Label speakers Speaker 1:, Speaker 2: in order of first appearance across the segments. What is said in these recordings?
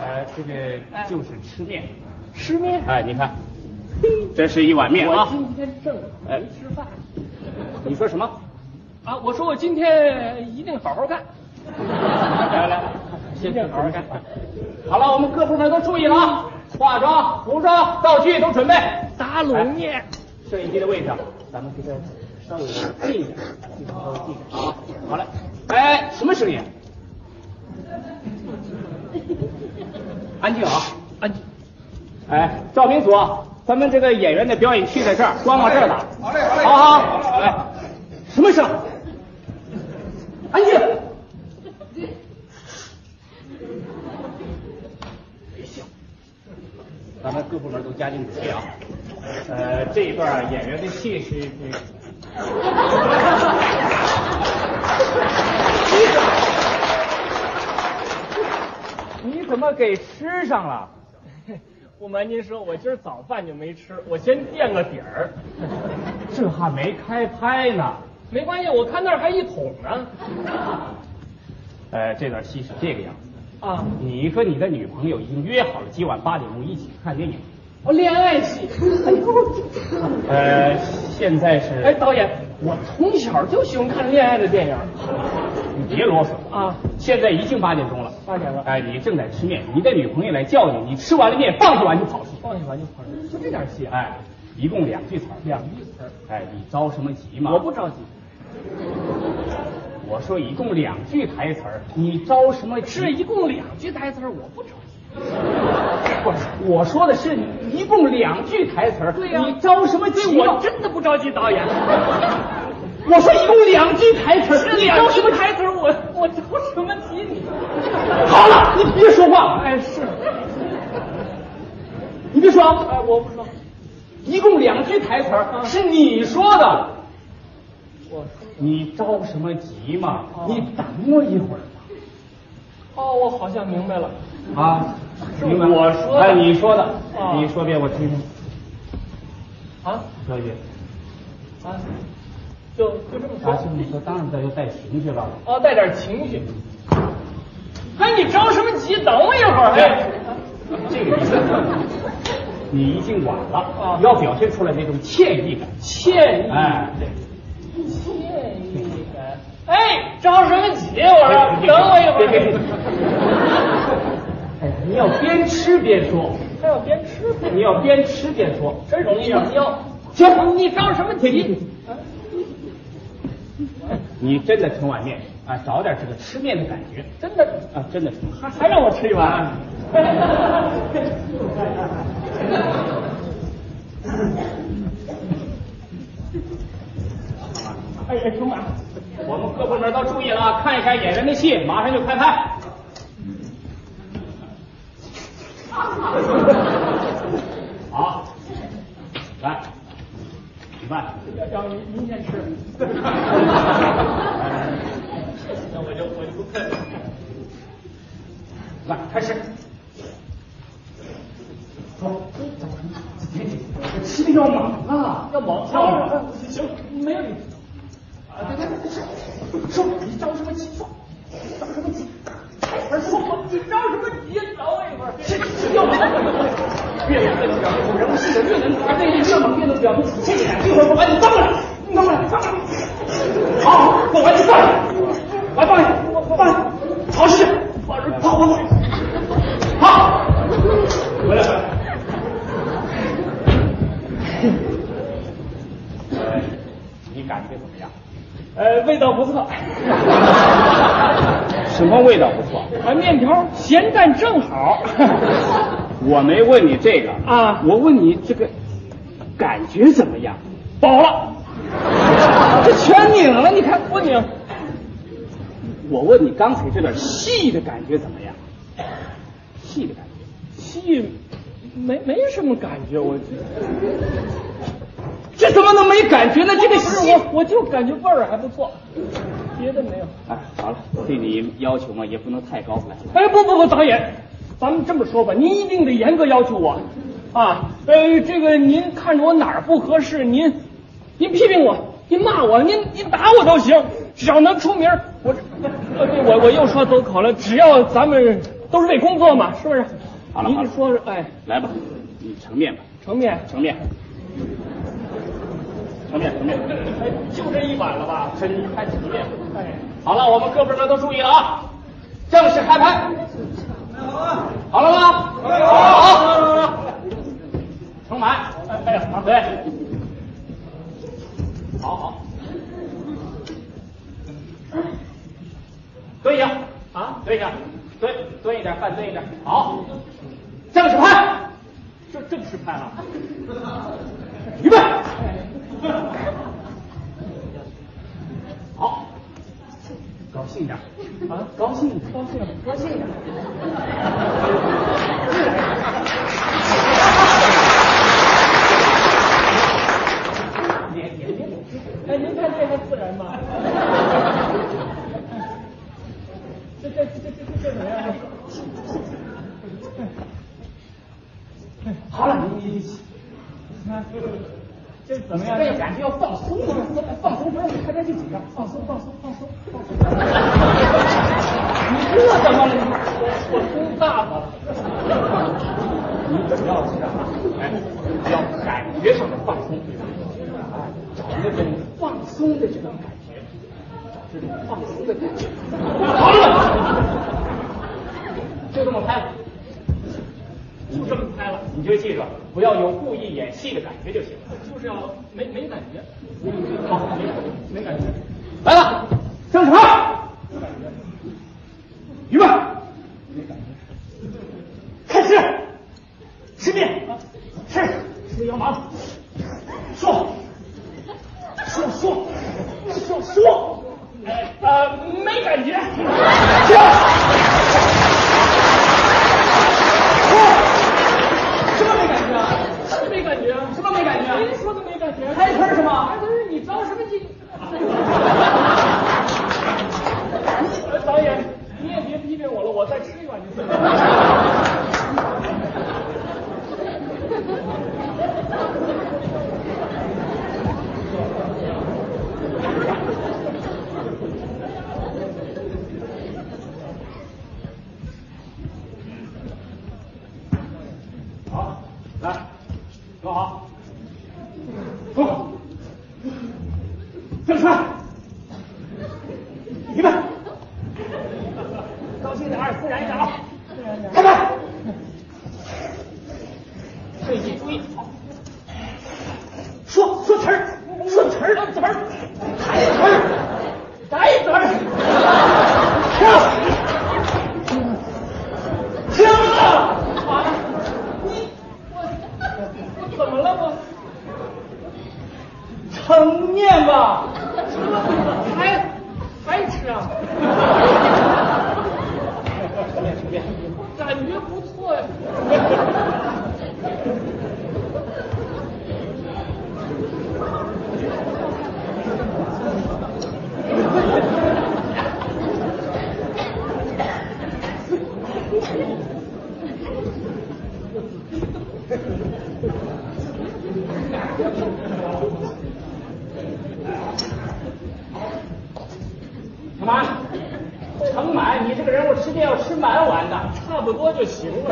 Speaker 1: 哎这个就是吃面。
Speaker 2: 吃面。
Speaker 1: 哎，你看，这是一碗面
Speaker 2: 我
Speaker 1: 啊。
Speaker 2: 今天正好
Speaker 1: 哎
Speaker 2: 没吃饭
Speaker 1: 你说什么？
Speaker 2: 啊！我说我今天一定好好干，
Speaker 1: 来来来，
Speaker 2: 一定好好干。
Speaker 1: 好了，我们各部门都注意了啊，化妆、服装、道具都准备。
Speaker 2: 打卤面，
Speaker 1: 摄影机的位置，咱们给它稍微近一点，地方稍微近一点啊。好嘞，哎，什么声音？安静啊！
Speaker 2: 啊，
Speaker 1: 哎，赵民所，咱们这个演员的表演区在这儿，光往这儿打。
Speaker 3: 好嘞好嘞好
Speaker 1: 好
Speaker 3: 嘞
Speaker 1: 好，
Speaker 3: 好嘞
Speaker 1: 哎，什么声？安静。咱们各部门都加紧准备啊。呃，这一段啊，演员的戏是
Speaker 2: 嗯
Speaker 1: 是。你怎么给吃上了？
Speaker 2: 不瞒您说， 我今儿早饭就没吃，我先垫个底儿。
Speaker 1: 这还没开拍呢。
Speaker 2: 没关系，我看那儿还一桶呢。
Speaker 1: 呃，这段戏是这个样子的：
Speaker 2: 啊，
Speaker 1: 你和你的女朋友已经约好了今晚八点钟一起看电影。
Speaker 2: 我哦恋爱戏。哎呦，
Speaker 1: 呃，现在是
Speaker 2: 哎，导演，我从小就喜欢看恋爱的电影
Speaker 1: 你别啰嗦，
Speaker 2: 啊。
Speaker 1: 现在已经八点钟了。
Speaker 2: 八点了，
Speaker 1: 哎，你正在吃面，你的女朋友来叫你，你吃完了面放下碗就跑出去。
Speaker 2: 放下完就跑了，就这点戏啊，
Speaker 1: 哎，一共两句词儿，
Speaker 2: 两句词儿。
Speaker 1: 哎，你着什么急嘛？
Speaker 2: 我不着急，
Speaker 1: 我说一共两句台词儿，你着什么急？
Speaker 2: 是一共两句台词儿，我不着急。
Speaker 1: 不是，我说的是你一共两句台词儿，
Speaker 2: 对呀
Speaker 1: 你着什么
Speaker 2: 所
Speaker 1: 急
Speaker 2: 以
Speaker 1: 嘛？
Speaker 2: 我真的不着急，导演。
Speaker 1: 我说一共两句台词儿，
Speaker 2: 这
Speaker 1: 你
Speaker 2: 两
Speaker 1: 着什
Speaker 2: 句
Speaker 1: 么急？
Speaker 2: 台词儿，我我着什么急你？
Speaker 1: 好了，你别说话，
Speaker 2: 哎，是，
Speaker 1: 你别说，啊
Speaker 2: 哎，我不说，
Speaker 1: 一共两句台词儿
Speaker 2: 啊
Speaker 1: 是你说的，
Speaker 2: 我
Speaker 1: 你着什么急嘛？
Speaker 2: 哦
Speaker 1: 你等我一会儿吧
Speaker 2: 哦，我好像明白了。
Speaker 1: 啊，
Speaker 2: 是
Speaker 1: 明白
Speaker 2: 我说的
Speaker 1: 哎，你说的
Speaker 2: 哦，
Speaker 1: 你说遍我听听，
Speaker 2: 啊
Speaker 1: 说一遍。
Speaker 2: 啊，就就这么
Speaker 1: 啊，这
Speaker 2: 说。
Speaker 1: 么说当然咱就带情绪了。
Speaker 2: 哦，带点情绪。哎，你着什么急？等我一会儿。
Speaker 1: 哎
Speaker 2: 哎，，
Speaker 1: 这个意思，你已经晚了
Speaker 2: 啊，
Speaker 1: 你要表现出来那种歉意感。
Speaker 2: 歉意，
Speaker 1: 哎，
Speaker 2: 歉意感。哎，着什么急？我说，等我一会
Speaker 1: 别别别
Speaker 2: 儿。
Speaker 1: 哎，你要边吃边说，
Speaker 2: 还要边吃饭，
Speaker 1: 你要边吃边说，
Speaker 2: 真容易让腰。
Speaker 1: 啊行
Speaker 2: 你着什么急？
Speaker 1: 你真的盛碗面啊，找点这个吃面的感觉
Speaker 2: 真的，
Speaker 1: 啊，真的盛。
Speaker 2: 还还让我吃一碗？啊哎哎，中啊！
Speaker 1: 我们各部门都注意了啊，看一下演员的戏，马上就开拍。好，来，你慢点。
Speaker 2: 要要您您先吃，那我就我就不客气。
Speaker 1: 来，开始。吃的要猛啊，
Speaker 2: 要猛
Speaker 1: 要猛！
Speaker 2: 行，没有你。啊，对对对，说你着什么急？说着什么急？快说吧，你着什么急？等我一会儿。
Speaker 1: 哎
Speaker 2: 这这要
Speaker 1: 越猛越能表现出人物性格，越能啊，对，越猛越能表现出这一点。一会儿我把你放下来，放下来，放下来。好，我把你放下来，来放下，我放下，好是，好是，好好好，回来。呃，你感觉怎么样？
Speaker 2: 呃，味道不错，
Speaker 1: 什么味道不错？
Speaker 2: 啊，面条咸淡正好。
Speaker 1: 我没问你这个
Speaker 2: 啊
Speaker 1: 我问你这个感觉怎么样？
Speaker 2: 饱了，这全拧了，你看不拧？
Speaker 1: 我问你刚才这点戏的感觉怎么样？戏的感觉，
Speaker 2: 戏没没什么感觉，我觉得。
Speaker 1: 这怎么能没感觉呢？这个
Speaker 2: 不哦是
Speaker 1: 戏，
Speaker 2: 我，我就感觉味儿还不错，别的没有。
Speaker 1: 哎，好了，对你要求嘛也不能太高了。
Speaker 2: 哎，不不不，导演，咱们这么说吧，您一定得严格要求我，啊，呃，这个您看着我哪儿不合适，您，您批评我，您骂我，您您打我都行，只要能出名儿，我这，呃，对我我又说走口了，只要咱们都是为工作嘛，是不是？
Speaker 1: 好了好
Speaker 2: 您
Speaker 1: 了，
Speaker 2: 说说，哎，
Speaker 1: 来吧，你成面吧，
Speaker 2: 成面，
Speaker 1: 成面，成面，成面，
Speaker 2: 哎，就这一碗了吧？
Speaker 1: 真还成面。
Speaker 2: 哎，
Speaker 1: 好了，我们哥们儿们都注意了啊，正式开拍。好了吗？好，盛满。哎哎呀，对，好好。蹲下啊，蹲下，蹲蹲一点，半蹲一点，好，正式拍，
Speaker 2: 这正式拍了。
Speaker 1: 预备，好，高兴 点儿。
Speaker 2: 啊，高兴，高兴，高 兴点。哎，您看这还自然吗？这这这这这怎么样？
Speaker 1: 好了，你你你。
Speaker 2: 这怎么样？
Speaker 1: 这个感觉要放松了，放松不让你开拍就紧张，放松放松放松放松。
Speaker 2: 你这怎么了？我真大方。
Speaker 1: 你主要是啊，哎，要感觉上的放松，啊，找那种放松的这种感觉，找这种放松的感觉。好了，就这么拍了，就这么拍了，你就记着，不要有故意演戏的感觉就行了。
Speaker 2: 就是要没没感觉，
Speaker 1: 好，没感觉。来了，正式拍，预备，开始，吃面，吃，吃羊麻，说，说说说说，哎呃，没感觉，停，说，什么没感觉啊？
Speaker 2: 是没感觉啊。
Speaker 1: 什么没感觉啊？
Speaker 2: 您说的没感觉，
Speaker 1: 开春是吗？
Speaker 2: 哎，不是你着什么急？呃导演，你也别批评我了，我再吃一碗就行了。
Speaker 1: 好，来，坐好，坐好，正帅，预备，高兴点儿，自然一点啊，开拍，对你注意，好说说词儿，说词儿，词儿，哎抬词儿，抬词儿，停，停了。
Speaker 2: 怎么了我？
Speaker 1: 成面吧，
Speaker 2: 还还吃啊？感觉不错呀。
Speaker 1: 干嘛？盛满，你这个人物吃面要吃满碗的。
Speaker 2: 差不多就行了。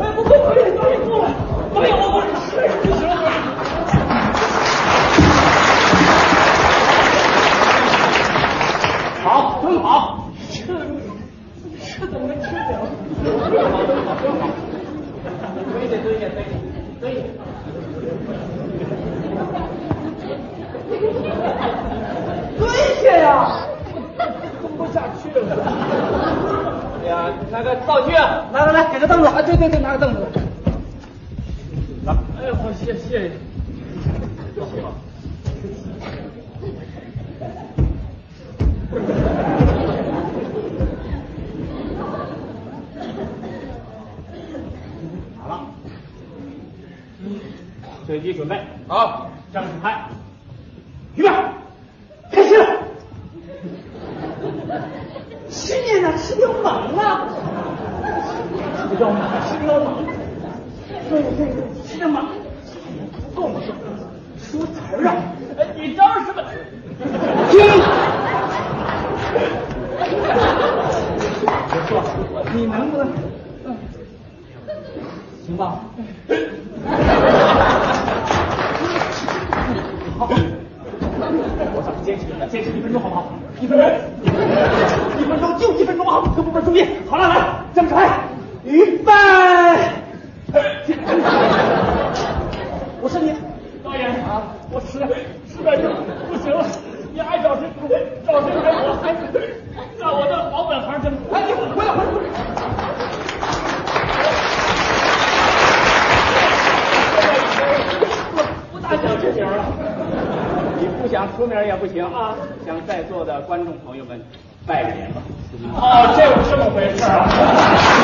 Speaker 1: 哎，不不不，导演导演够了，导演我我吃就行了。好，真好，
Speaker 2: 这这怎么吃了？
Speaker 1: 真好，真好，真好。蹲下，蹲下，蹲下，蹲下。
Speaker 2: 蹲下哎呀！蹲不下去了。
Speaker 1: 哎呀，拿个道具，来来来，给个凳子。啊，对对对，拿个凳子。来，
Speaker 2: 哎，好，谢谢谢。
Speaker 1: 好了，随机准备，
Speaker 3: 好，
Speaker 1: 正式拍，预备，开始。
Speaker 2: 吃面呢，吃掉满了。
Speaker 1: 吃掉吗？吃掉吗？对对对，吃掉吗？够吗？说词儿啊！
Speaker 2: 哎，你着什么？
Speaker 1: 听。我说，你能不能？行吧？好，我咱们坚持一下，坚持一分钟好不好？一分钟，一分钟就一分钟好，各部门注意，好了，来，咱们来，预备。我是你
Speaker 2: 导演啊，我实实在是不行了，你爱找谁找谁来，我还是让我的老本行真
Speaker 1: 哎，你回来，回来，回来！
Speaker 2: 我我打小出名了。
Speaker 3: 你不想出名也不行
Speaker 2: 啊！
Speaker 3: 向在座的观众朋友们拜个年吧。
Speaker 2: 哦，这有这么回事啊！